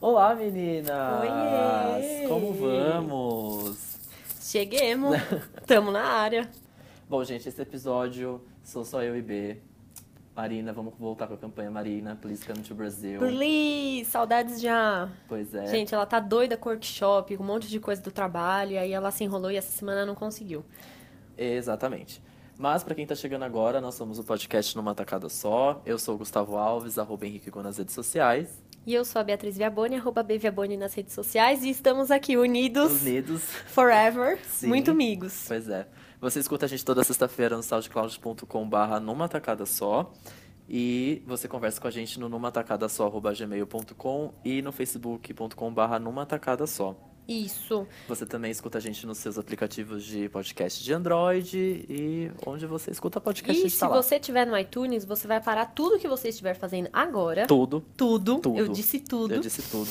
Olá, meninas! Oiê! Como vamos? Cheguemos. Né? Tamo na área. Bom, gente, esse episódio sou só eu e B. Marina, vamos voltar com a campanha Marina, Please Come to Brazil. Please, saudades já. Pois é. Gente, ela tá doida com workshop, com um monte de coisa do trabalho, e aí ela se enrolou e essa semana não conseguiu. Exatamente. Mas pra quem tá chegando agora, nós somos o podcast Numa Tacada Só. Eu sou o Gustavo Alves, arroba Henrique Gon nas redes sociais. E eu sou a Beatriz Viaboni, arroba B Viaboni nas redes sociais, e estamos aqui unidos Unidos. forever, Sim. muito amigos. Pois é. Você escuta a gente toda sexta-feira no soundcloud.com.br numa tacada só. E você conversa com a gente no numa tacada só, arroba gmail.com e no facebook.com.br numa tacada só. Isso. Você também escuta a gente nos seus aplicativos de podcast de Android e onde você escuta podcast E de se tá lá. você estiver no iTunes, você vai parar tudo que você estiver fazendo agora. Tudo, Tudo. Tudo. Eu disse é tudo. eu disse tudo.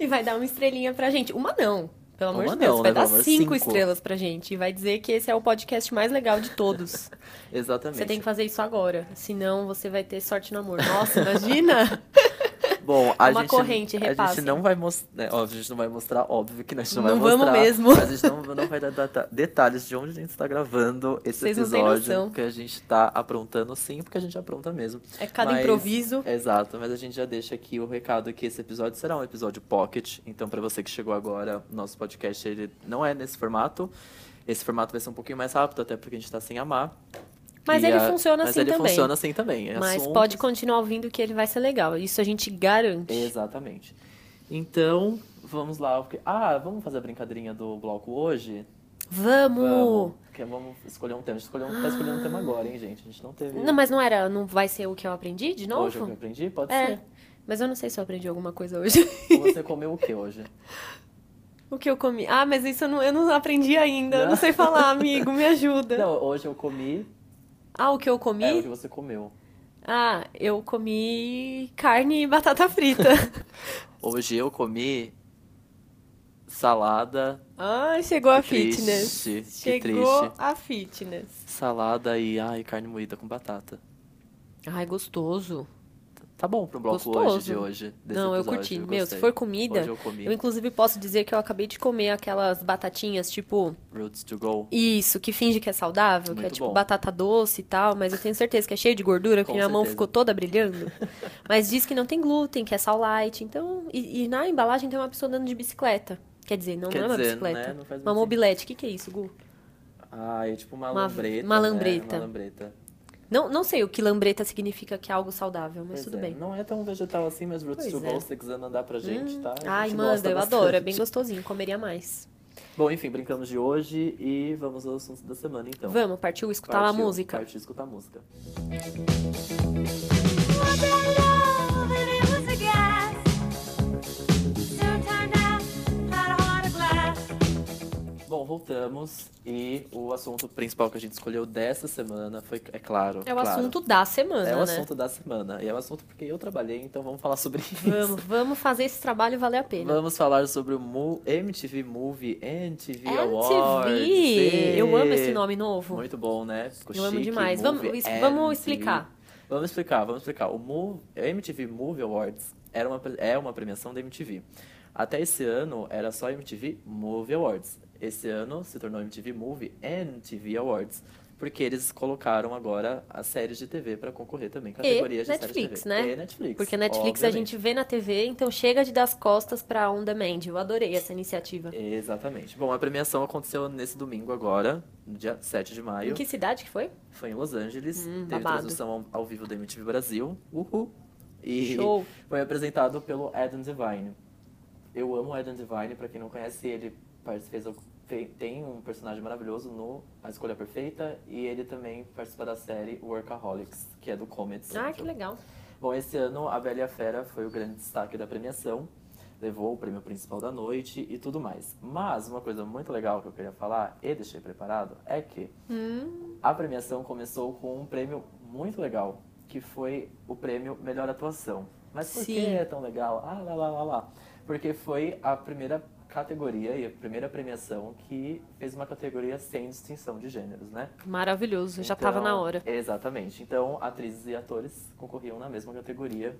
E vai dar uma estrelinha pra gente. Uma não. Pelo amor Uma de Deus, não, vai né, dar pelo amor? cinco Cinco. estrelas pra gente. E vai dizer que esse é o podcast mais legal de todos. Exatamente. você tem que fazer isso agora. Senão você vai ter sorte no amor. Nossa, imagina! Bom, a É Uma gente, corrente, A repassem. gente não vai mostrar, a gente não vai mostrar, óbvio que a gente não, Não vai vamos mostrar. mesmo. mas A gente não, não vai dar data- detalhes de onde a gente está gravando esse Vocês não têm episódio, noção. que a gente está aprontando sim, porque a gente apronta mesmo. É cada Mas- improviso. Exato, mas a gente já deixa aqui o recado que esse episódio será um episódio pocket, então para você que chegou agora, nosso podcast ele não é nesse formato. Esse formato vai ser um pouquinho mais rápido, até porque a gente está sem amar. Mas E ele a- funciona assim Mas ele também. funciona assim também. É Mas assunto- pode continuar ouvindo que ele vai ser legal. Isso a gente garante. Exatamente. Então, vamos lá. porque- Ah, vamos fazer a brincadeirinha do bloco hoje? Vamos! Que vamos escolher um tema. A gente escolheu um, tá escolhendo um tema agora, hein, gente? A gente não teve. Não, mas não era, não vai ser o que eu aprendi de novo? Hoje eu aprendi? Pode é. ser. Mas eu não sei se eu aprendi alguma coisa hoje. Você comeu o que hoje? o que eu comi. Ah, mas isso eu não, eu não aprendi ainda. Eu Não. não sei falar, amigo. Me ajuda. Não, hoje eu comi. Ah, o que eu comi? É o que você comeu. Ah, eu comi carne e batata frita. Hoje eu comi salada. Ai, Ah, chegou a Que triste, fitness. que chegou triste. a fitness. Salada e ai, carne moída com batata. Ai, gostoso. Tá bom pro bloco hoje Gostoso. de hoje. desse Não, eu episódio, curti. eu Meu, se gostei. for comida, Hoje eu comi eu inclusive posso dizer que eu acabei de comer aquelas batatinhas, tipo, Roots to Go. isso, que finge que é saudável, que é Muito tipo bom. batata doce e tal, mas eu tenho certeza que é cheio de gordura, porque Com minha mão certeza. ficou toda brilhando. mas diz que não tem glúten, que é sal light, então. E, e na embalagem tem uma pessoa andando de bicicleta. Quer dizer, não, Quer não é uma dizer, bicicleta. né, não faz uma muito mobilete. O que, que é isso, Gu? Ah, é tipo uma, Uma- lambreta. uma né? lambreta. Uma lambreta. Não, não sei o que lambreta significa que é algo saudável, mas Pois tudo é, bem. Não é tão vegetal assim, mas Roots Pois to é. Go, se você quiser mandar pra gente, tá? A Hum. Ai, gente manda, gosta eu bastante. adoro, é bem gostosinho, comeria mais. Bom, enfim, brincamos de hoje e vamos ao assunto da semana, então. Vamos, partiu escutar Partiu, a música. Partiu escutar a música. What I love, and it was a gas. Soon turned out not a heart of glass. Bom, voltamos e o assunto principal que a gente escolheu dessa semana foi, é claro, É o claro, assunto da semana, É o né? assunto da semana. E é o assunto porque eu trabalhei, então vamos falar sobre isso. Vamos, vamos fazer esse trabalho valer a pena. Vamos falar sobre o Mo- MTV Movie, MTV, É Awards. é. MTV! Eu amo esse Ê! nome novo. Muito bom, né? Ficou Eu amo chique, É, demais. Movie Vamos- es- and vamos TV. explicar. Vamos explicar, vamos explicar. O Mo- MTV Movie Awards era uma, pre- é uma premiação da MTV. Até esse ano era só MTV Movie Awards. Esse ano se tornou MTV Movie and TV Awards. Porque eles colocaram agora as séries de TV para concorrer também. Categoria de séries Netflix, de TV. né? E Netflix, Porque Netflix a obviamente. gente vê na TV, então chega de dar as costas pra On Demand. Eu adorei essa iniciativa. Exatamente. Bom, a premiação aconteceu nesse domingo agora, no dia 7 de maio. Em que cidade que foi? Foi em Los Angeles. Hum, teve babado. transmissão ao, ao vivo da MTV Brasil. Uhul! E Show! foi apresentado pelo Adam Devine. Eu amo o Adam Devine, pra quem não conhece, ele parti- fez, o- fe- tem um personagem maravilhoso no A Escolha Perfeita e ele também participa da série Workaholics, que é do Comedy Ah, Central. que legal. Bom, esse ano a Bela e a Fera foi o grande destaque da premiação, levou o prêmio principal da noite e tudo mais. Mas uma coisa muito legal que eu queria falar e deixei preparado é que Hum, a premiação começou com um prêmio muito legal, que foi o prêmio Melhor Atuação. Mas por que Sim. é tão legal? Ah, lá, lá, lá, lá. Porque foi a primeira categoria e a primeira premiação que fez uma categoria sem distinção de gêneros, né? Maravilhoso, já tava Então, na hora. Exatamente. Então, atrizes e atores concorriam na mesma categoria.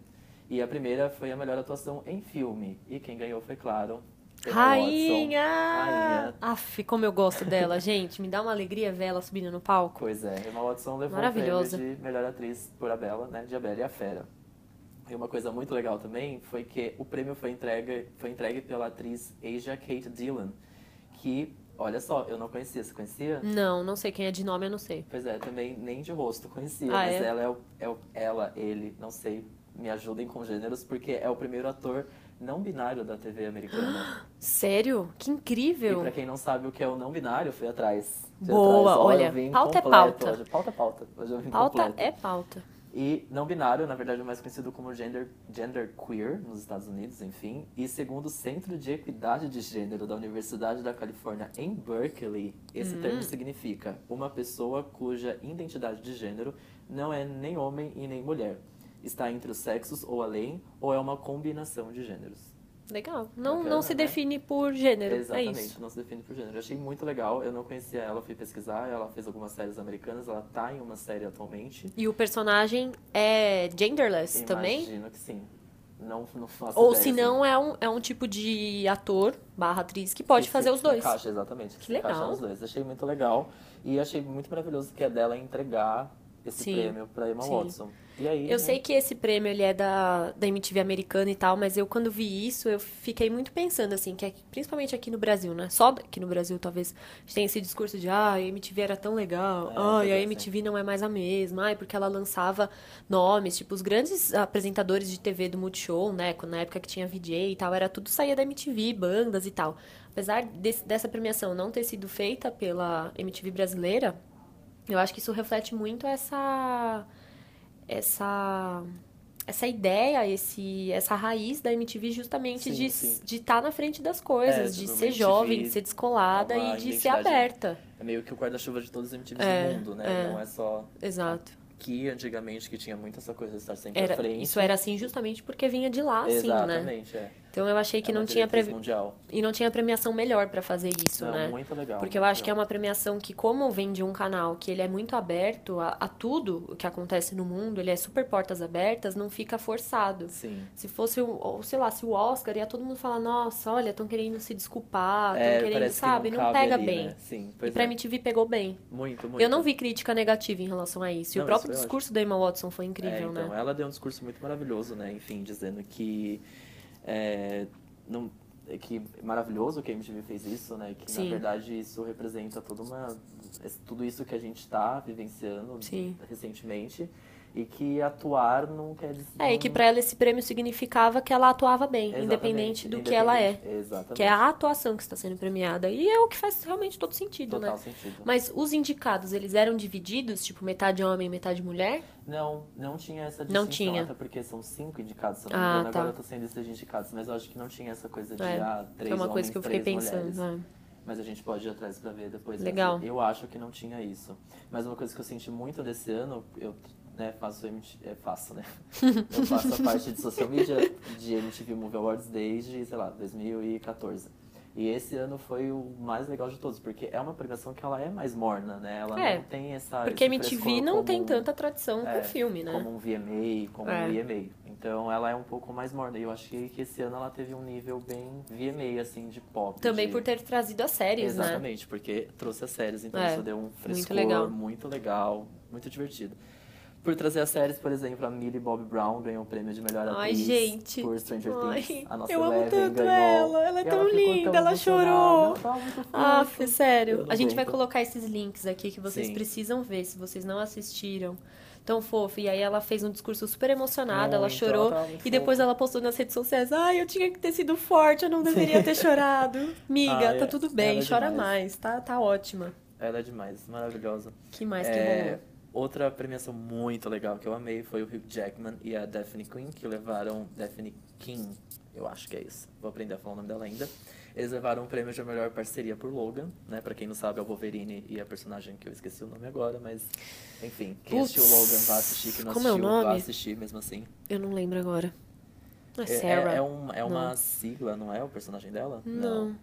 E a primeira foi a melhor atuação em filme. E quem ganhou foi, claro, Emma Rainha! Watson. Rainha. Aff, como eu gosto dela, gente. Me dá uma alegria ver ela subindo no palco. Pois é, Emma Watson levou o prêmio Maravilhosa. de melhor atriz por A Bela, né, de A Bela e a Fera. E uma coisa muito legal também foi que o prêmio foi entregue, foi entregue pela atriz Asia Kate Dillon, que, olha só, eu não conhecia, você conhecia? Não, não sei quem é de nome, eu não sei. Pois é, também nem de rosto conhecia, Ah, mas é? ela é, o, é o- ela, ele, não sei, me ajudem com gêneros, porque é o primeiro ator não binário da TV Ah, americana. Sério? Que incrível! E pra quem não sabe o que é o não binário, fui atrás. Fui Boa, atrás. Ó, olha, eu vim pauta é completo pauta. Hoje. Pauta é pauta. Hoje eu vim Pauta completo. é pauta. E não binário, na verdade, é mais conhecido como gender, gender queer nos Estados Unidos, enfim. E segundo o Centro de Equidade de Gênero da Universidade da Califórnia em Berkeley, esse Hum. termo significa uma pessoa cuja identidade de gênero não é nem homem e nem mulher. Está entre os sexos ou além, ou é uma combinação de gêneros. Legal. Não, Bacana, não se né? define por gênero. Exatamente, É isso. não se define por gênero. Eu achei muito legal, eu não conhecia ela, fui pesquisar, ela fez algumas séries americanas, ela tá em uma série atualmente. E o personagem é genderless também? Imagino que sim. Não, não faço Ou ideia, se assim. não, é um, é um tipo de ator barra atriz que pode Que fazer se os dois. Encaixa, exatamente. Que se encaixa legal. nos dois. Achei muito legal. E achei muito maravilhoso que é dela entregar esse Sim. prêmio pra Emma Sim. Watson. E aí, né? Eu sei que esse prêmio ele é da, da MTV americana e tal, mas eu quando vi isso, eu fiquei muito pensando assim, que aqui- principalmente aqui no Brasil, né? Só aqui no Brasil, talvez, a gente tem esse discurso de ah, a MTV era tão legal, É, ai, pois a é, MTV não é mais a mesma, ai, porque ela lançava nomes, tipo, os grandes apresentadores de TV do Multishow, né? quando- Na época que tinha VJ e tal, era tudo saía da MTV, bandas e tal. Apesar desse- dessa premiação não ter sido feita pela MTV brasileira, eu acho que isso reflete muito essa essa essa ideia, esse essa raiz da MTV justamente Sim, de sim. de estar na frente das coisas, É, de tipo, ser MTV jovem, de ser descolada é uma e de ser identidade- aberta. é meio que o guarda-chuva de todos os MTVs É, do mundo, né? é. Não é só Exato. que antigamente que tinha muito essa coisa de estar sempre à Era, frente. isso era assim justamente porque vinha de lá, assim, né? Exatamente, é. Então eu achei que É não uma tinha diretriz previ- mundial. e não tinha premiação melhor pra fazer isso, Não, né? muito legal. Porque eu acho que é uma premiação que, como vem de um canal que ele é muito aberto a, a tudo o que acontece no mundo, ele é super portas abertas, não fica forçado. Sim. Se fosse, o- ou, sei lá, se o Oscar, ia todo mundo falar, nossa, olha, estão querendo se desculpar, estão é, querendo, parece sabe? que Não, não, cabe pega ali, bem. Né? Sim, E pois pra é. MTV pegou bem. Muito, muito. Eu não vi crítica negativa em relação a isso. E Não, o próprio isso foi discurso da Emma Watson foi É, incrível, então, né? ela deu um discurso muito maravilhoso, né? Enfim, dizendo que é, não, é que é maravilhoso que a MTV fez isso, né? Que Sim. na verdade isso representa toda uma es- tudo isso que a gente está vivenciando Sim. recentemente e que atuar não quer dizer É, e que pra ela esse prêmio significava que ela atuava bem, Exatamente, independente do que ela é. independente, Exatamente. Que é a atuação que está sendo premiada. E é o que faz realmente todo sentido, total né? sentido. Mas os indicados, eles eram divididos, tipo, metade homem, metade mulher? Não, não tinha essa distinção. Não tinha. Até porque são cinco indicados, se eu não Ah, me engano. tá. Agora eu tô sem lista de indicados, mas eu acho que não tinha essa coisa de É, ah, três é uma homens, coisa que eu fiquei três pensando. mulheres. né? Mas a gente pode ir atrás pra ver depois. Legal. Essa. Eu acho que não tinha isso. Mas uma coisa que eu senti muito desse ano, eu né, faço MT é, faço, né? Eu faço a parte de social media de MTV Movie Awards desde, sei lá, 2014. E esse ano foi o mais legal de todos, porque é uma premiação que ela é mais morna, né? Ela É, não tem essa. Porque a esse MTV frescor não como tem um- tanta tradição é, com filme, né? Como um VMA, como É. um EMA. Então ela é um pouco mais morna. E eu achei que esse ano ela teve um nível bem VMA, assim, de pop. Também de- por ter trazido as séries, né? Exatamente, porque trouxe as séries, então É, isso deu um frescor muito legal. legal. muito divertido. Por trazer as séries, por exemplo, a Millie Bob Brown ganhou o prêmio de melhor Ai, atriz gente. por Stranger Ai, Things. A nossa eu amo Eleven tanto ganhou. ela, ela é E tão ficou linda, ela emocionada, chorou. ela tava tá muito Ah, fofa. Eu sério. não A gente vai aguento. colocar esses links aqui que vocês Sim. precisam ver, se vocês não assistiram. Tão fofo. E aí ela fez um discurso super emocionada, ela Muito, chorou. tava muito e depois fofa. ela postou nas redes sociais: Ai, eu tinha que ter sido forte, eu não deveria ter chorado. Miga, Ai, tá tudo ela bem, é chora demais. mais, tá, tá ótima. Ela é demais, maravilhosa. Que mais que É, rolou? Outra premiação muito legal que eu amei foi o Hugh Jackman e a Daphne Quinn, que levaram Daphne King, eu acho que é isso. Vou aprender a falar o nome dela ainda. Eles levaram o prêmio de melhor parceria por Logan, né? Pra quem não sabe, é o Wolverine e a personagem que eu esqueci o nome agora, mas enfim, quem Putz, assistiu o Logan vai assistir, quem não como é o assistiu vai nome? assistir mesmo assim. Eu não lembro agora. É É, Sarah. é- é um- é uma Não. sigla, não é o personagem dela? Não.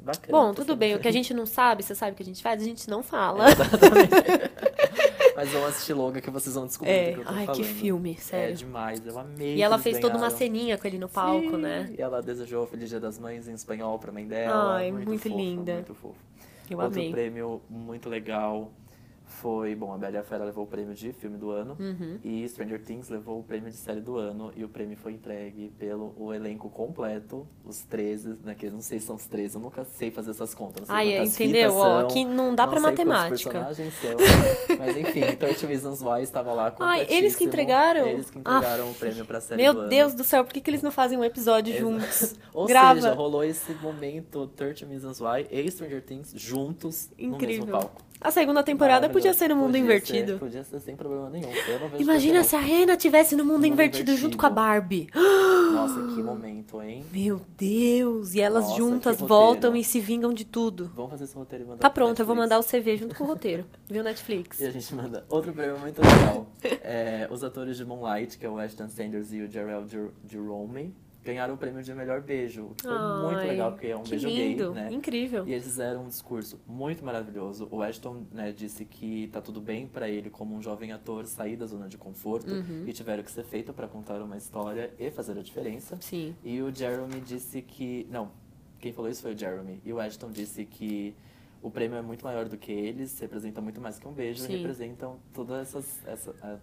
Bacana. Bom, tô tudo bem. O sabendo. que a gente não sabe, você sabe o que a gente faz, a gente não fala. Exatamente. Mas vão assistir longa que vocês vão descobrir É, do que eu tô ai, que falando. filme, É sério. demais, eu amei. e ela que fez eles toda uma ganharam. ceninha com ele no palco, Sim, né? E ela desejou Feliz Dia das Mães em espanhol pra mãe dela. Ai, muito fofa, linda. Muito fofo. Eu Outro amei. prêmio muito legal foi, bom, a Bela e a Fera levou o prêmio de filme do ano Uhum. e Stranger Things levou o prêmio de série do ano e o prêmio foi entregue pelo o elenco completo, os 13, né, que eu não sei se são os 13, eu nunca sei fazer essas contas. Não sei Ai, quantas entendeu? fitas Ó, são, que não dá pra sei quantos matemática. personagens são, mas enfim, então 30 Reasons Why estava lá Ai, eles que completíssimo. entregaram? Ah, Eles que entregaram o prêmio pra série do Meu ano. Deus do céu, por que, que eles não fazem um episódio Exa- juntos? Ou Grava. seja, rolou esse momento 30 Reasons Why e Stranger Things juntos no mesmo Incrível. palco. A segunda temporada podia Maravilhoso. ser no mundo Podia invertido. ser, podia ser sem problema nenhum. Eu não vejo Imagina se problema a Rena tivesse no mundo, Mundo invertido, junto invertido. com a Barbie. nenhum. um. Nossa, que momento, hein? Meu Deus! E elas Nossa, que juntas roteiro. voltam e se vingam de tudo. Vamos fazer esse roteiro e mandar Tá pro pronto, eu vou mandar Netflix. o CV junto com o roteiro. Viu, Netflix? E a gente manda outro prêmio muito legal. É, os atores de Moonlight, que é o Ashton Sanders e o Gerald Jer- Jerome, ganharam o prêmio de melhor beijo. o Que foi muito Ai, legal, porque é um que beijo lindo, gay, né? incrível. E eles fizeram um discurso muito maravilhoso. O Ashton né, disse que tá tudo bem pra ele, como um jovem ator, sair da zona de conforto Uhum. e tiveram que ser feito pra contar uma história e fazer a diferença. Sim. E o Jeremy disse que. Não, quem falou isso foi o Jeremy. E o Ashton disse que o prêmio é muito maior do que eles, representa muito mais que um beijo, Sim. representam todas essas, essa- a-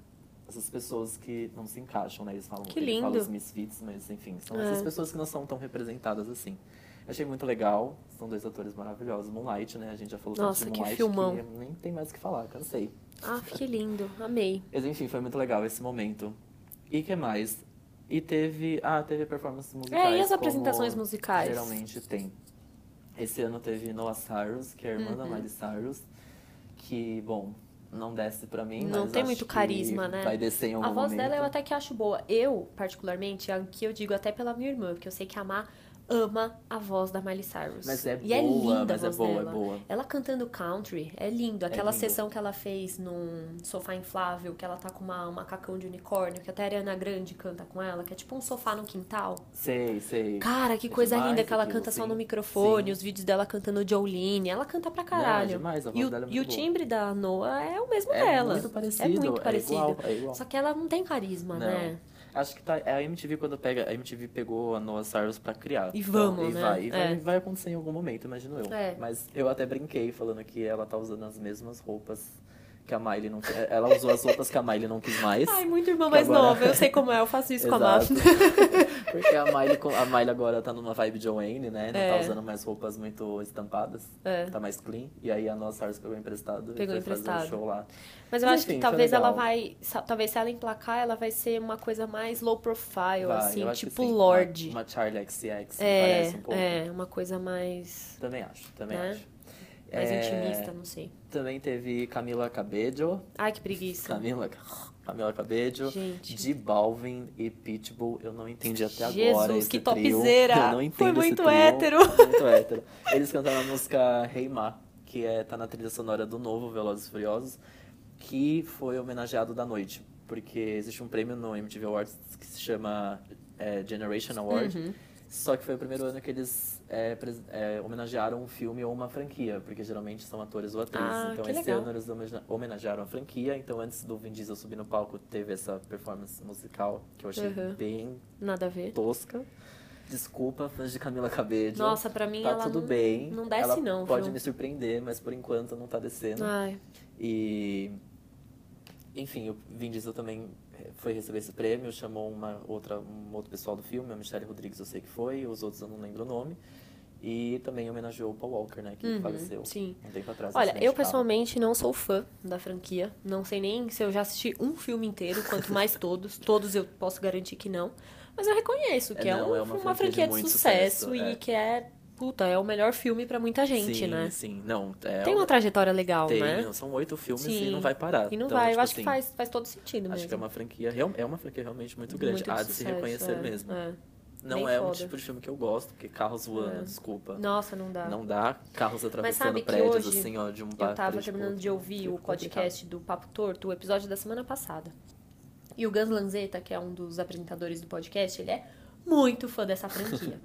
essas pessoas que não se encaixam, né? Eles falam Que ele fala lindo. os misfits, mas enfim, são É. essas pessoas que não são tão representadas assim. Achei muito legal, são dois atores maravilhosos. Moonlight, né? A gente já falou Nossa, tanto que de Moonlight filmão. que nem tem mais o que falar, cansei. Ah, que lindo. Amei. Mas enfim, foi muito legal esse momento. E que mais? E teve. Ah, teve performances musicais. É, e as como apresentações musicais? Geralmente tem. Esse ano teve Noah Cyrus, que é a irmã Uhum. da Miley Cyrus. Que, bom, não desce pra mim. Não mas tem acho muito que carisma, né? Vai descer em algum A voz É um momento. dela é eu até que acho boa. Eu, particularmente, é o que eu digo até pela minha irmã, porque eu sei que a Má ama a voz da Miley Cyrus. Mas é e boa, é linda mas a é voz boa, é dela. boa. Ela cantando country é lindo. Aquela lindo. sessão que ela fez num sofá inflável, que ela tá com uma, um macacão de unicórnio, que até a Ariana Grande canta com ela, que é tipo um sofá no quintal. Sei, sei. Cara, que É coisa demais linda que ela aquilo, canta só sim, no microfone, sim. é os vídeos dela cantando Jolene, ela canta pra caralho. demais, a voz e o, dela é e o muito boa. timbre da Noah é o mesmo É dela. muito parecido, É muito é parecido. igual, é igual. Só que ela não tem carisma, né? Acho que tá. é A MTV, quando pega. A MTV pegou a Noah Cyrus pra criar. Então, E vamos, e né? Vai, e vai, É. vai acontecer em algum momento, imagino eu. É. Mas eu até brinquei falando que ela tá usando as mesmas roupas que a Miley não quis. Ela usou as roupas que a Miley não quis mais. Ai, muito irmã Que mais agora- nova, eu sei como é, eu faço isso com a Má. Exato. Porque a Miley, co- a Miley agora tá numa vibe Joanne, né? Não É. tá usando mais roupas muito estampadas. É. Tá mais clean. E aí a Noah Cyrus pegou emprestado Pegou e foi emprestado. fazer um show lá. Mas eu Mas acho que enfim, foi talvez ela legal. vai. sa- Talvez se ela emplacar, ela vai ser uma coisa mais low profile, Vai, assim, eu acho que tipo sim. Uma- Lorde. Uma, Charlie XCX, é, parece um pouco. é, uma coisa mais, Também acho, também Né? acho. mais É, intimista, não sei. Também teve Camila Cabello. Ai, que preguiça. Camila, Camila Cabello. Gente. De Balvin e Pitbull. Eu não entendi até Jesus, agora esse que trio. topzera. Eu não Foi entendo esse muito trio. hétero. Muito hétero. Eles cantaram a música Hey Ma, que é, tá na trilha sonora do novo Velozes e Furiosos, que foi homenageado da noite. Porque existe um prêmio no MTV Awards que se chama é, Generation Award. Uhum. Só que foi o primeiro ano que eles é, pres- é, homenagearam um filme ou uma franquia, porque geralmente são atores ou atrizes. Ah, então que esse legal. ano eles homena- homenagearam a franquia. Então antes do Vin Diesel subir no palco, teve essa performance musical que eu achei Uhum. bem Nada a ver. tosca. Desculpa, fãs de Camila Cabello. Nossa, pra mim tá ela tudo não, bem. não desce ela não, Pode viu? Ah. me surpreender, mas por enquanto não tá descendo. Ai, E. Enfim, o Vin Diesel também eh, foi receber esse prêmio, chamou uma outra, um outro pessoal do filme, a Michelle Rodrigues eu sei que foi, os outros eu não lembro o nome. E também homenageou o Paul Walker, né, que Uhum, faleceu sim. um tempo atrás. Olha, acidente eu de carro. pessoalmente não sou fã da franquia. Não sei nem se eu já assisti um filme inteiro, quanto mais todos. Todos eu posso garantir que não. Mas eu reconheço que é, É, não, um- é uma, uma franquia franquia, de de muito sucesso, sucesso, e é. que é, puta, é o melhor filme pra muita gente, sim, né? Sim, não. É, Tem uma trajetória legal, tem, né? São oito filmes Sim. e não vai parar. E não Então, vai, tipo eu acho que assim, faz, faz todo sentido Acho mesmo. que é uma franquia, real- é uma franquia realmente muito grande. Muito Há de de se sucesso, reconhecer é, mesmo. é. Não Bem é um foda. tipo de filme que eu gosto, porque carros voando, desculpa. Nossa, não dá. Não dá carros sabe atravessando que prédios hoje assim, ó, de um Eu par- tava prédio pro terminando outro. de ouvir o Fica complicado. podcast do Papo Torto, o episódio da semana passada. E o Gans Lanzetta, que é um dos apresentadores do podcast, ele é muito fã dessa franquia.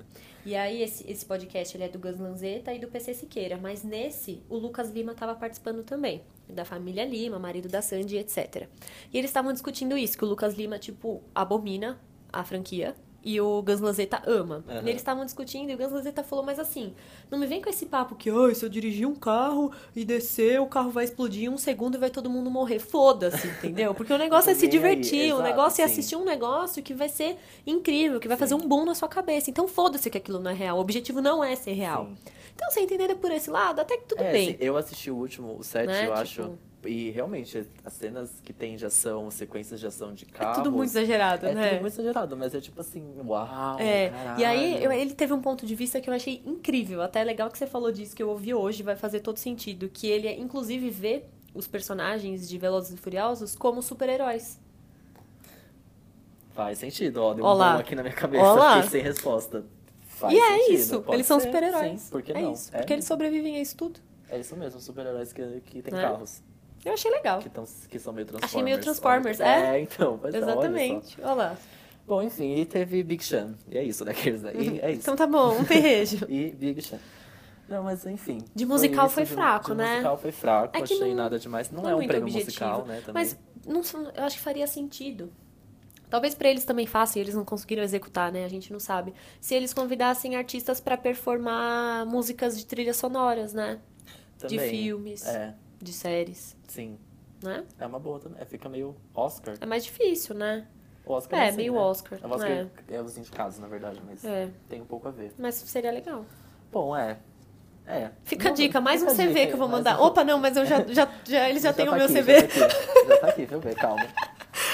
e aí, esse, esse podcast ele é do Gans Lanzetta e do PC Siqueira. Mas nesse, o Lucas Lima tava participando também. da família Lima, marido da Sandy, etc. E eles estavam discutindo isso, que o Lucas Lima, tipo, abomina a franquia. E o Gans Lanzetta ama. Aham. E eles estavam discutindo e o Gans Lanzetta falou, mas assim, não me vem com esse papo que, ai, se eu dirigir um carro e descer, o carro vai explodir em um segundo e vai todo mundo morrer. Foda-se, entendeu? Porque o negócio é se Tô nem aí, divertir, o exato, negócio é sim. assistir um negócio que vai ser incrível, que vai fazer Sim. um boom na sua cabeça. Então foda-se que aquilo não é real. O objetivo não é ser real. Sim. Então, você entender por esse lado, até que tudo É, bem. assim, eu assisti o último, o 7, Né, eu tipo- acho. E realmente, as cenas que tem de ação, sequências de ação de É carros. tudo muito exagerado, É né? tudo muito exagerado, mas é tipo assim, uau, É, caralho. e aí eu- ele teve um ponto de vista que eu achei incrível. Até é legal que você falou disso, que eu ouvi hoje, vai fazer todo sentido. Que ele, inclusive, vê os personagens de Velozes e Furiosos como super-heróis. Faz sentido, ó, deu um Olá. bom aqui na minha cabeça, Olá. fiquei sem resposta. Faz e é sentido, isso, pode eles são ser, super-heróis. Sim, por que é não? isso, é, porque eles sobrevivem a isso tudo. é isso mesmo, super-heróis que, que tem Né? carros, Eu achei legal. que, tão, que são meio Transformers. Achei meio Transformers, olha. é. É, então, mas tá, olha só. Exatamente, olha lá. Bom, enfim, e teve Big Sean, e é isso, né, Kirsten? E é isso. Então tá bom, um beijo. e Big Chan. Não, mas enfim. De musical isso, foi de- fraco, de né? musical foi fraco, É que achei não- nada demais. Não, não é um muito prêmio objetivo, musical, né? Também. Mas não, são- eu acho que faria sentido. Talvez pra eles também faça e eles não conseguiram executar, né? A gente não sabe. Se eles convidassem artistas pra performar músicas de trilhas sonoras, né? também, De filmes, É, de séries, sim. né? É uma boa também. É, Fica meio Oscar. É mais difícil, né? O Oscar É, assim, meio né? Oscar. É o Oscar É, é os indicados, na verdade, mas é. tem um pouco a ver. Mas seria legal. Bom, é. É. Fica a Não, dica, mais um fica a CV dica que aí, eu vou mais mandar. um- Opa, não, mas eu já, já, já, eles já, têm tá o meu aqui, CV. Já tá aqui, já tá aqui viu, Bê? Calma.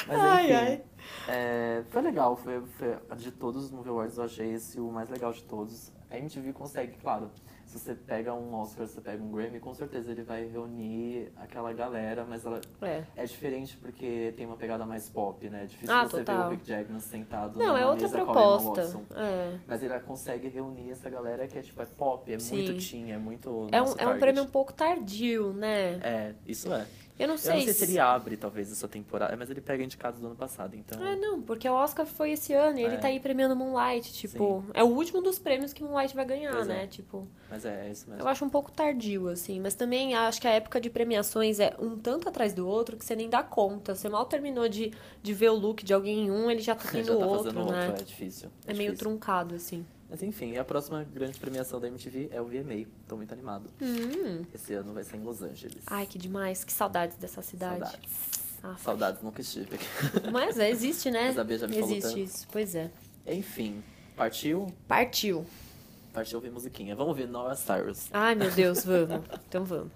Mas, Ai, enfim, ai. é, foi legal. Foi, foi- de todos os Movie Awards, eu achei esse o mais legal de todos. A MTV consegue, claro. Se você pega um Oscar, se você pega um Grammy, com certeza ele vai reunir aquela galera, mas ela É. é diferente porque tem uma pegada mais pop, né? É difícil Ah, você ver total. o Rick Jackman sentado Não, numa é outra mesa com a Emma proposta. Watson. É. Mas ele consegue reunir essa galera que é tipo, é pop, é Sim. muito teen, é muito É um, nosso é um target. prêmio um pouco tardio, né? É, isso é. Eu não Eu sei, não sei se ele abre, talvez, essa temporada, mas ele pega indicados do ano passado, então. Ah, não, porque o Oscar foi esse ano e ele É. tá aí premiando Moonlight, tipo, é o último dos prêmios que Moonlight vai ganhar, Pois é. né? Tipo, Mas é, é isso mesmo. eu acho um pouco tardio, assim, mas também acho que a época de premiações é um tanto atrás do outro que você nem dá conta. Você mal terminou de, de ver o look de alguém em um, ele já tá Ele tendo já tá outro, fazendo né? outro, é difícil. É meio difícil. truncado, assim. Mas enfim, e a próxima grande premiação da MTV é o VMA. Tô muito animado. Hum. Esse ano vai ser em Los Angeles. Ai, que demais, que saudades dessa cidade. Saudades. Ah, Saudades, nunca estive aqui. Mas é, existe, né? Mas a Bia já me falou existe tanto. isso, pois é. Enfim, partiu? Partiu. Partiu ouvir musiquinha. Vamos ouvir Nora Cyrus. Ai, meu Deus, vamos. Então vamos.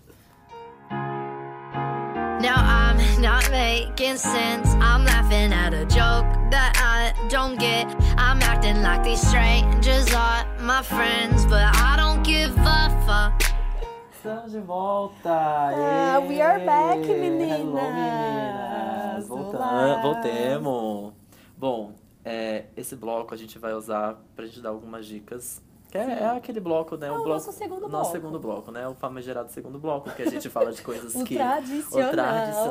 Now I'm not making sense. I'm laughing at a joke that I don't get. I'm acting like these strangers are my friends, but I don't give a fuck. Estamos de volta! Ah, Ê! we are back, Hello, meninas! meninas! Volta... Ah, Olá! Voltemos! Bom, é, esse bloco a gente vai usar pra gente dar algumas dicas. Que é, é aquele bloco, né? É o bloco, nosso segundo Nosso bloco. segundo bloco, né? O famigerado segundo bloco, que a gente fala de coisas O que... tradicional. O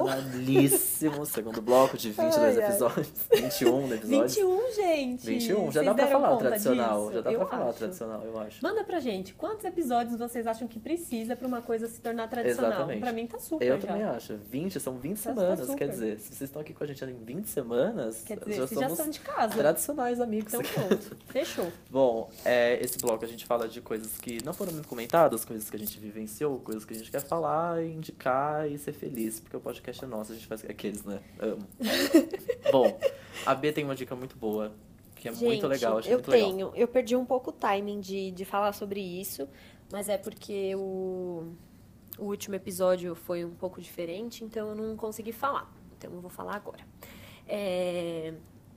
tradicionalíssimo segundo bloco de 22 Ai, ai. episódios. 21 episódios. 21, gente! 21, já Vocês dá pra deram falar o conta tradicional. disso? Já dá Eu pra falar o acho. tradicional, eu acho. Manda pra gente, quantos episódios vocês acham que precisa pra uma coisa se tornar tradicional? Exatamente. Pra mim tá super Eu já. também acho. 20, são 20 Tá- tá semanas. super. Quer dizer, se vocês estão aqui com a gente em 20 semanas, Quer dizer, já vocês já somos são de casa. tradicionais amigos. Então pronto, fechou. Bom, é, esse bloco a gente fala de coisas que não foram muito comentadas, coisas que a gente vivenciou, coisas que a gente quer falar, indicar e ser feliz, porque o podcast é nosso, a gente faz aqueles, né? Amo. Bom, a B tem uma dica muito boa, que é muito legal, achei eu muito legal. tenho. Eu perdi um pouco o timing de, de falar sobre isso, mas é porque o, o último episódio foi um pouco diferente, então eu não consegui falar. Então eu vou falar agora. É,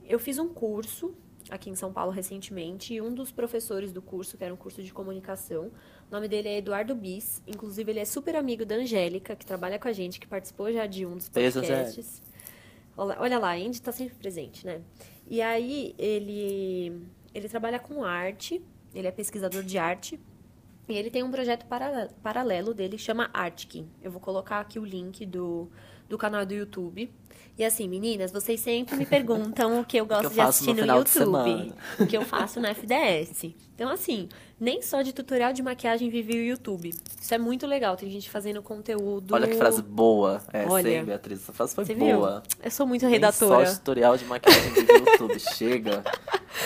eu fiz um curso aqui em São Paulo recentemente e um dos professores do curso, que era um curso de comunicação, o nome dele é Eduardo Bis, inclusive ele é super amigo da Angélica, que trabalha com a gente, que participou já de um dos Beijo, podcasts. Olha, olha lá, a Andy tá sempre presente, né? E aí ele ele trabalha com arte, ele é pesquisador de arte E ele tem um projeto paralelo, paralelo dele que chama Artkin. Eu vou colocar aqui o link do, do canal do YouTube. E assim, meninas, vocês sempre me perguntam o que eu gosto eu de faço no assistir no, final de YouTube. semana? O que eu faço na FDS. Então, assim, nem só de tutorial de maquiagem vive o YouTube. Isso é muito legal. Tem gente fazendo conteúdo. Olha que frase boa. É, Olha. sem Beatriz. Essa frase foi Você viu? boa. Eu sou muito Nem redatora. só tutorial de maquiagem do YouTube. Chega.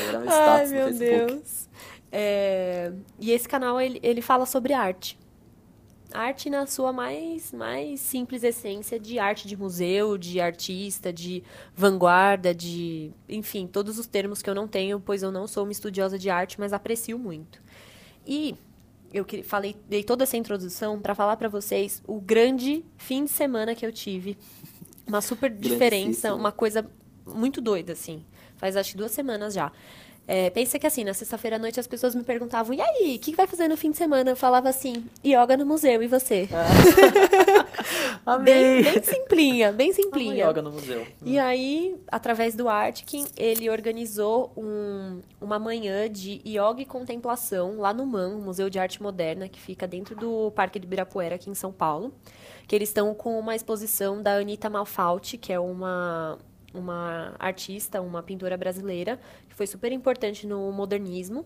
Agora é meu status Ai, no meu Facebook. Deus. É, E esse canal, ele, ele fala sobre arte. Arte na sua mais, mais simples essência de arte de museu, de artista, de vanguarda, de... Enfim, todos os termos que eu não tenho, pois eu não sou uma estudiosa de arte, mas aprecio muito. E eu que- falei, dei toda essa introdução para falar para vocês o grande fim de semana que eu tive. Uma super diferença, Grandíssimo. uma coisa muito doida, assim. Faz acho que duas semanas já. É, pensa que assim, na sexta-feira à noite as pessoas me perguntavam, e aí, o que que vai fazer no fim de semana? Eu falava assim, yoga no museu, e você? Bem, Amei. bem simplinha, bem Amo simplinha. yoga no museu. E aí, através do Artkin, ele organizou um- uma manhã de yoga e contemplação lá no MAN, o Museu de Arte Moderna, que fica dentro do Parque de Ibirapuera, aqui em São Paulo. Que eles estão com uma exposição da Anitta Malfauti, que é uma, uma artista, uma pintora brasileira, que foi super importante no modernismo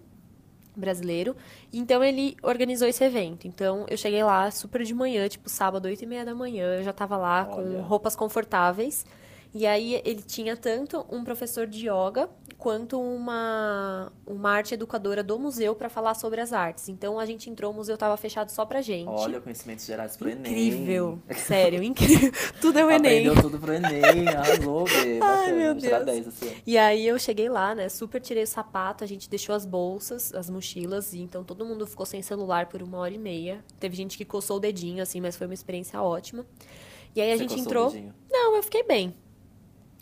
brasileiro. Então ele organizou esse evento. Então eu cheguei lá super de manhã, tipo sábado, oito e meia da manhã. Eu já tava lá com Olha. roupas confortáveis. E aí ele tinha tanto um professor de yoga quanto uma, uma arte educadora do museu para falar sobre as artes. Então a gente entrou, o museu tava fechado só pra gente. Olha, conhecimentos gerais pro Enem. incrível, sério, incrível. Tudo é o Enem. Aprendeu tudo pro Enem. Arrasou, Bê. Bacana. meu Vou tirar assim. Deus. 10 esse ano. E aí eu cheguei lá, né? Super tirei o sapato, a gente deixou as bolsas, as mochilas, e então todo mundo ficou sem celular por uma hora e meia. Teve gente que coçou o dedinho, assim, mas foi uma experiência ótima. E aí a Você gente coçou o entrou. dedinho? Não, eu fiquei bem.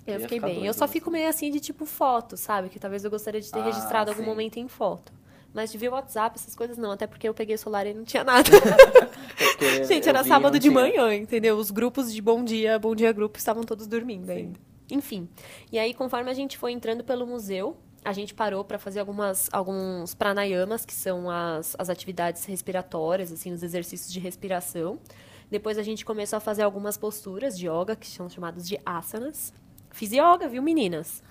Eu Eu ia fiquei ficar bem. eu doido, só né? fico meio assim de tipo foto, sabe? Que talvez eu gostaria de ter Ah, registrado algum sim. momento em foto. Mas de ver o WhatsApp, essas coisas não, até porque eu peguei o celular e não tinha nada. Porque Gente, eu era vi, sábado não de tinha. manhã, entendeu? Os grupos de bom dia, bom dia grupo, estavam todos dormindo Sim. ainda. Enfim. E aí, conforme a gente foi entrando pelo museu, a gente parou para fazer algumas, alguns pranayamas, que são as, as atividades respiratórias, assim, os exercícios de respiração. Depois a gente começou a fazer algumas posturas de yoga, que são chamadas de asanas. Fiz yoga, viu, meninas?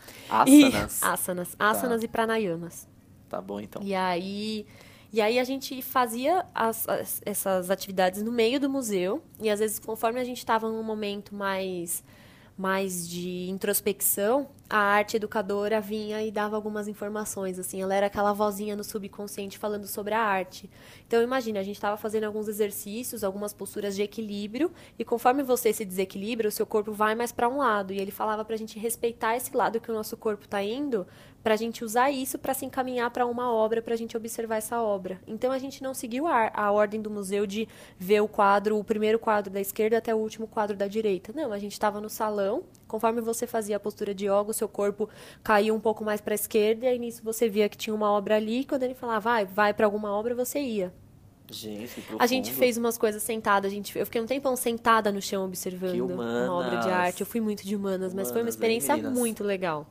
E- Asanas. asanas. Asanas e pranayamas. Tá bom, então. E aí, e aí a gente fazia as- as- essas atividades no meio do museu. E às vezes, conforme a gente estava num momento mais, mais de introspecção, a arte educadora vinha e dava algumas informações. Assim, ela era aquela vozinha no subconsciente falando sobre a arte. Então, imagina, a gente estava fazendo alguns exercícios, algumas posturas de equilíbrio. E conforme você se desequilibra, o seu corpo vai mais para um lado. E ele falava para a gente respeitar esse lado que o nosso corpo está indo, para a gente usar isso para se encaminhar para uma obra, para a gente observar essa obra. Então a gente não seguiu a, a ordem do museu de ver o quadro, o primeiro quadro da esquerda até o último quadro da direita. Não, a gente estava no salão. Conforme você fazia a postura de yoga, o seu corpo caía um pouco mais para a esquerda, e aí nisso você via que tinha uma obra ali. E quando ele falava, vai, vai para alguma obra, você ia. Gente, que A gente profundo. fez umas coisas sentadas, a gente, eu fiquei um tempão sentada no chão observando Que uma obra de humanas. arte. Eu fui muito de humanas, mas foi uma Humanas, hein, experiência meninas? muito legal.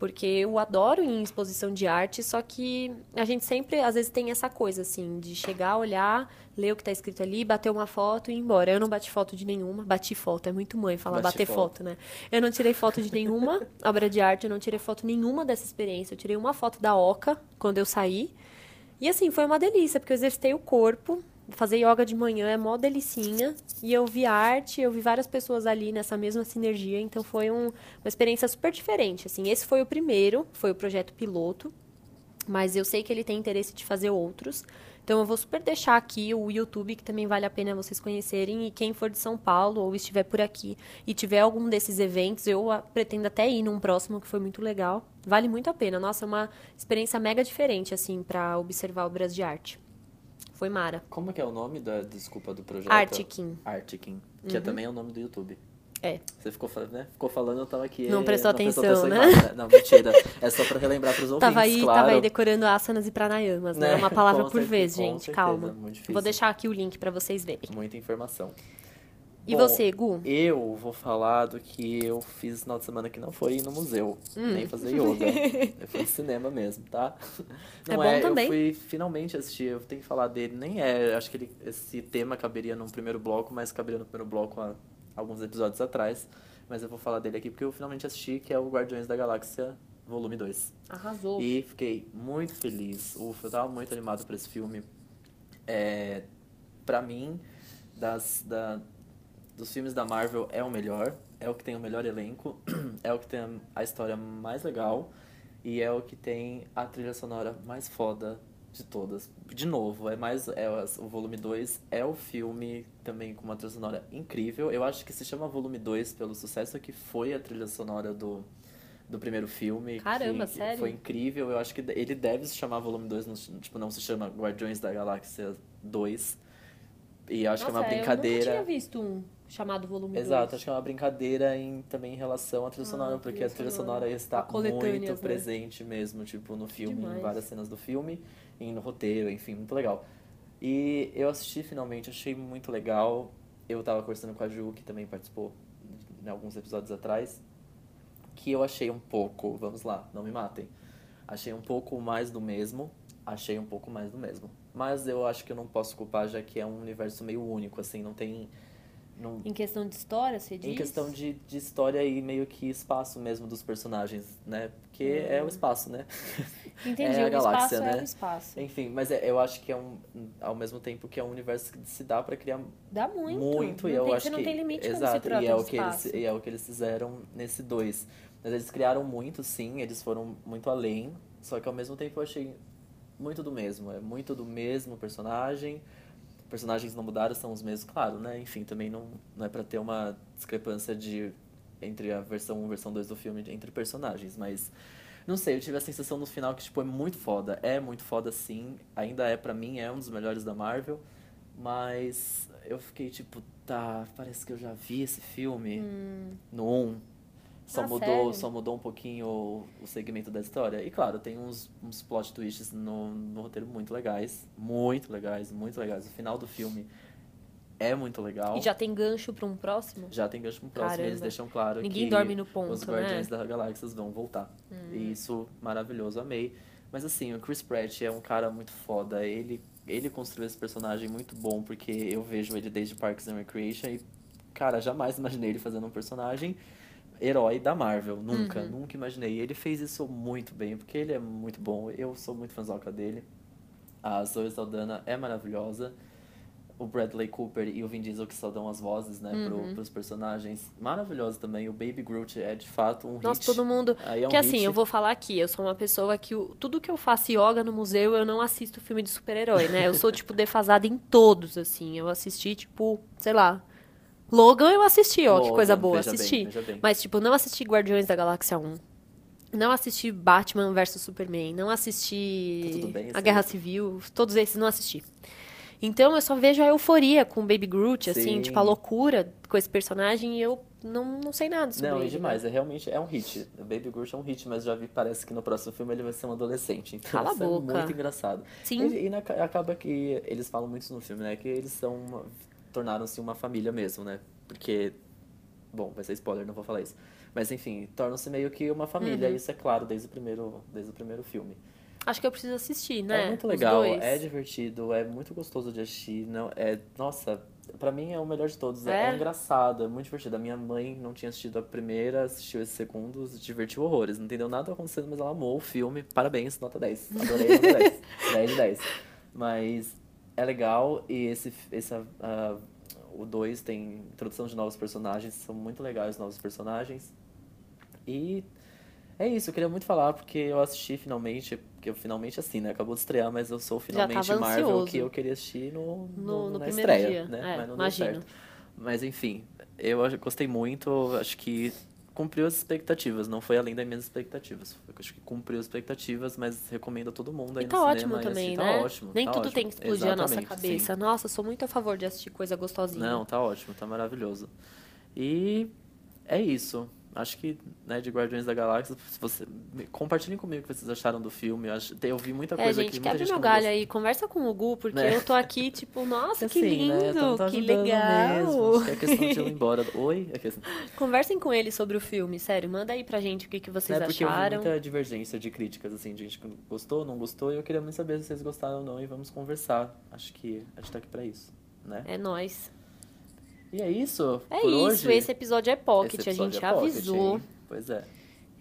Porque eu adoro ir em exposição de arte, só que a gente sempre, às vezes, tem essa coisa, assim, de chegar, olhar, ler o que tá escrito ali, bater uma foto e ir embora. Eu não bati foto de nenhuma, bati foto, é muito mãe falar Bate bater foto. foto, né? Eu não tirei foto de nenhuma obra de arte, eu não tirei foto nenhuma dessa experiência. Eu tirei uma foto da Oca quando eu saí. E assim, foi uma delícia, porque eu exercitei o corpo. Fazer yoga de manhã é mó delicinha. E eu vi arte, eu vi várias pessoas ali nessa mesma sinergia. Então foi um- uma experiência super diferente. Assim, esse foi o primeiro, foi o projeto piloto. Mas eu sei que ele tem interesse de fazer outros. Então eu vou super deixar aqui o YouTube, que também vale a pena vocês conhecerem. E quem for de São Paulo ou estiver por aqui e tiver algum desses eventos, eu ah, pretendo até ir num próximo que foi muito legal. Vale muito a pena. Nossa, é uma experiência mega diferente, assim, para observar obras de arte. Foi Mara. Como que é o nome da desculpa do projeto? Artkin. Artkin, que Uhum. é também o nome do YouTube. É. Você ficou, fa- né? ficou falando, eu tava aqui. eh, Não prestou prestou atenção, né? em nada. Não, mentira. É só pra relembrar pros ouvintes, Tava aí, claro. tava aí decorando asanas e pranayamas, né? Né? Uma palavra Com por cer- vez, com gente. certeza, Calma. muito difícil. Vou deixar aqui o link para vocês verem. Muita informação. E Bom, você, Gu? Eu vou falar do que eu fiz no final de semana que não foi ir no museu, Hum. nem fazer yoga. eu fui no cinema mesmo, tá? É Não bom eu também. fui finalmente assistir, eu tenho que falar dele, nem é, acho que ele- esse tema caberia num primeiro bloco, mas caberia no primeiro bloco há alguns episódios atrás, mas eu vou falar dele aqui porque eu finalmente assisti, que é o Guardiões da Galáxia Volume 2. Arrasou. E fiquei muito feliz. Ufa, eu tava muito animado pra esse filme. É, pra mim, das, da, dos filmes da Marvel é o melhor. É o que tem o melhor elenco. É o que tem a história mais legal. E é o que tem a trilha sonora mais foda de todas. De novo, é mais é, as- o volume 2 é o filme também com uma trilha sonora incrível. Eu acho que se chama volume 2 pelo sucesso que foi a trilha sonora do, do primeiro filme. que- Caramba, que sério? Foi incrível. Eu acho que ele deve se chamar volume 2, não- tipo, não se chama Guardiões da Galáxia 2. E acho que é uma brincadeira. Eu nunca tinha visto um chamado volume Exato, acho que é uma brincadeira em, também em relação à trilha Ah, sonora, porque a trilha sonora A está coletânea, muito né? presente mesmo, tipo, no filme, Demais. em várias cenas do filme, e no roteiro, enfim, muito legal. E eu assisti finalmente, achei muito legal. Eu tava conversando com a Ju, que também participou em alguns episódios atrás, que eu achei um pouco, vamos lá, não me matem, achei um pouco mais do mesmo, achei um pouco mais do mesmo. Mas eu acho que eu não posso culpar, já que é um universo meio único, assim, não tem... Não, Em questão de história, você diz? em questão de, de história e meio que espaço mesmo dos personagens, né? Porque é o espaço, né? Entendi, é a o galáxia, espaço é né? o espaço. Enfim, mas é- eu acho que é um. Ao mesmo tempo que é um universo que se dá pra criar Dá muito. muito. não e eu tem, acho você que. não tem limite quando se Exato, trata e é, de o que eles, espaço. e é o que eles fizeram nesse dois. Mas eles criaram muito, sim, eles foram muito além. Só que ao mesmo tempo eu achei muito do mesmo. É muito do mesmo personagem. Personagens não mudaram, são os mesmos, claro, né? Enfim, também não, não é pra ter uma discrepância de entre a versão 1 e a versão 2 do filme entre personagens, mas não sei, eu tive a sensação no final que tipo é muito foda, é muito foda sim, ainda é pra mim é um dos melhores da Marvel, mas eu fiquei tipo, tá, parece que eu já vi esse filme no 1. Só Hum. Ah, mudou, sério? só mudou um pouquinho o, o segmento da história. E claro, tem uns, uns plot twists no, no roteiro muito legais, muito legais, muito legais. O final do filme é muito legal. E já tem gancho pra um próximo? Já tem gancho pro próximo, Caramba. eles deixam claro Ninguém que dorme no ponto, os Guardiões né? Hum. da Galáxia vão voltar. E isso, maravilhoso, amei. Mas assim, o Chris Pratt é um cara muito foda. Ele, ele construiu esse personagem muito bom, porque eu vejo ele desde Parks and Recreation e, cara, jamais imaginei ele fazendo um personagem herói da Marvel. Nunca, Uhum. nunca imaginei. E ele fez isso muito bem, porque ele é muito bom. Eu sou muito fãzoca dele. A Zoe Saldana é maravilhosa. O Bradley Cooper e o Vin Diesel que só dão as vozes, né, Uhum. pro, pros personagens. Maravilhoso também. O Baby Groot é de fato um Nossa, hit. todo mundo. Aí é um que assim, hit. eu vou falar aqui, eu sou uma pessoa que o- tudo que eu faço yoga no museu, eu não assisto filme de super-herói, né? Eu sou, tipo, defasada em todos, assim. Eu assisti, tipo, sei lá. Logan eu assisti, ó, que Logan, coisa boa, veja bem, assisti. veja bem. Mas, tipo, não assisti Guardiões da Galáxia 1. Não assisti Batman vs Superman. Não Tá assisti tudo bem, A sim. Guerra Civil. Todos esses não assisti. Então eu só vejo a euforia com o Baby Groot, assim, Sim. tipo, a loucura com esse personagem e eu não, não sei nada sobre Não, ele. é né? demais. É realmente é um hit. O Baby Groot é um hit, mas já vi, parece que no próximo filme ele vai ser um adolescente. Então Cala a isso boca. é muito engraçado. Sim. E, e na- acaba que eles falam muito isso no filme, né? Que eles são uma- tornaram-se uma família mesmo, né? Porque bom, vai ser spoiler, não vou falar isso. Mas enfim, tornam-se meio que uma família, isso é claro desde o primeiro, desde o primeiro filme. Acho que eu preciso assistir, né? É muito Os legal, dois. é divertido, é muito gostoso de assistir. Não, é, nossa, pra mim é o melhor de todos. É, É? engraçado, é muito divertido. A minha mãe não tinha assistido a primeira, assistiu esse segundo, se divertiu horrores. Não entendeu nada acontecendo, mas ela amou o filme. Parabéns, nota 10. Adorei, nota 10. 10 de 10. Mas é legal e esse, esse ah, o 2 tem introdução de novos personagens, são muito legais os novos personagens. E é isso, eu queria muito falar, porque eu assisti finalmente, porque eu finalmente assim, né? Acabou de estrear, mas eu sou finalmente tava Marvel ansioso. que eu queria assistir no, No- no, no na primeiro estreia, dia, né? é, mas não imagino. deu certo. Mas enfim, eu ach- gostei muito, acho que cumpriu as expectativas, não foi além das minhas expectativas. Eu Acho que cumpriu as expectativas, mas recomendo a todo mundo aí E no tá cinema e ótimo assistir. também, tá né? ótimo. Nem tá tudo ótimo. tem que explodir a nossa Exatamente, sim. cabeça. Nossa, sou muito a favor de assistir coisa gostosinha. Não, tá ótimo, tá maravilhoso. E é isso. acho que, né, de Guardiões da Galáxia, se você... me- compartilhem comigo o que vocês acharam do filme. Eu, acho... eu vi muita É, coisa gente, aqui, muita quebra gente meu não galho gostou. aí, conversa com o Gu, porque Né? eu tô aqui, tipo, nossa, que Assim, lindo, né, tão- tão que ajudando legal. mesmo. Acho que é questão de ir embora. Oi? É questão... Conversem com ele sobre o filme, sério, manda aí pra gente o que, que vocês né, porque eu vi acharam. muita divergência de críticas, assim, de gente que gostou, não gostou, e eu queria muito saber se vocês gostaram ou não, e vamos conversar. Acho que a gente tá aqui pra isso, né? É nóis. E é isso. É por isso, hoje. esse episódio é pocket, Esse a episódio gente é pocket, avisou. hein? Pois é.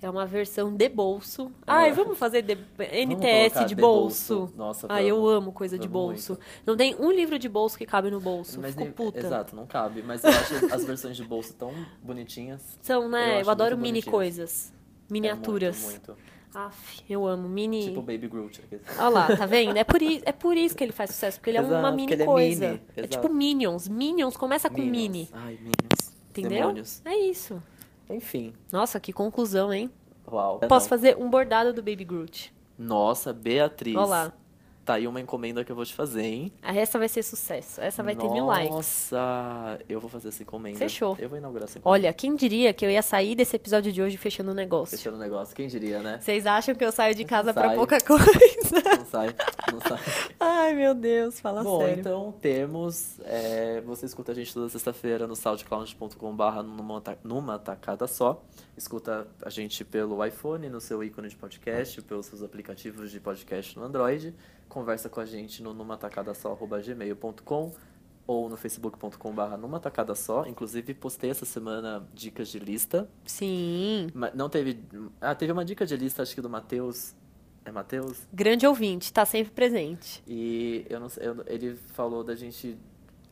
É uma versão de bolso. Ai, vamos fazer de- Vamos NTS colocar de The bolso. Nossa, Ai, eu vamos. amo coisa de Vamos bolso. muito. Não tem um livro de bolso que cabe no bolso. Mas Fico nem- puta. Exato, não cabe. Mas eu acho as versões de bolso tão bonitinhas. É São, Eu né? Eu, acho adoro muito mini bonitinhas. coisas. Miniaturas. É muito, muito. Aff, eu amo. Mini. Tipo Baby Groot. aqueles. Olha lá, tá vendo? É por, i- é por isso que ele faz sucesso, porque ele é uma Exato, mini porque ele é coisa. mini, É exato. tipo Minions. Minions começa com Minions. mini, Ai, Minions. entendeu? Demônios. É isso. Enfim. Nossa, que conclusão, hein? Uau. Posso Não. fazer um bordado do Baby Groot. Nossa, Beatriz. Olha lá. Tá aí uma encomenda que eu vou te fazer, hein? Ah, Essa vai ser sucesso. Essa vai ter mil likes. Nossa, eu vou fazer essa encomenda. Fechou. Eu vou inaugurar essa encomenda. Olha, quem diria que eu ia sair desse episódio de hoje fechando o negócio? Fechando o negócio, quem diria, né? Vocês acham que eu saio de casa pra Sai. pouca coisa? Não sai, não sai. Ai, meu Deus, fala Bom, sério. então temos. é, você escuta a gente toda sexta-feira no soundcloud.com/barra numa, ta- numa tacada só. Escuta a gente pelo iPhone, no seu ícone de podcast, pelos seus aplicativos de podcast no Android. Conversa com a gente no numatacadasó.gmail.com ou no facebook.com/barra numa tacada só. Inclusive, postei essa semana dicas de lista. Sim, Ma- Não teve. Ah, teve uma dica de lista, acho que do Matheus. É Matheus? grande ouvinte, tá sempre presente. E eu não sei, eu- ele falou da gente.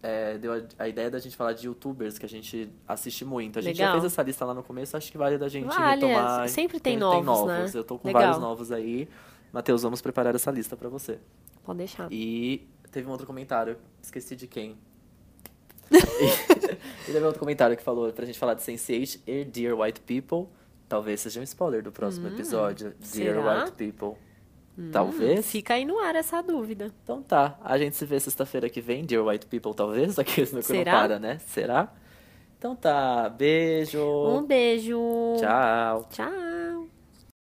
é, deu a, a ideia da gente falar de youtubers que a gente assiste muito. A gente já Legal. fez essa lista lá no começo, acho que vale da gente Vale, retomar. é, sempre tem novos, né? Eu tô com Legal. vários novos aí. Matheus, vamos preparar essa lista pra você. Pode deixar. E teve um outro comentário, esqueci de quem. e, e teve outro comentário que falou pra gente falar de Sense8 e Dear White People. Talvez seja um spoiler do próximo episódio. Dear Hum, será? White People. Hum, Talvez. Fica aí no ar essa dúvida. Então tá, a gente se vê sexta-feira que vem, Dear White People, talvez, aqueles no que não Será? para, né? Será? Então tá, beijo, Um beijo. tchau. Tchau.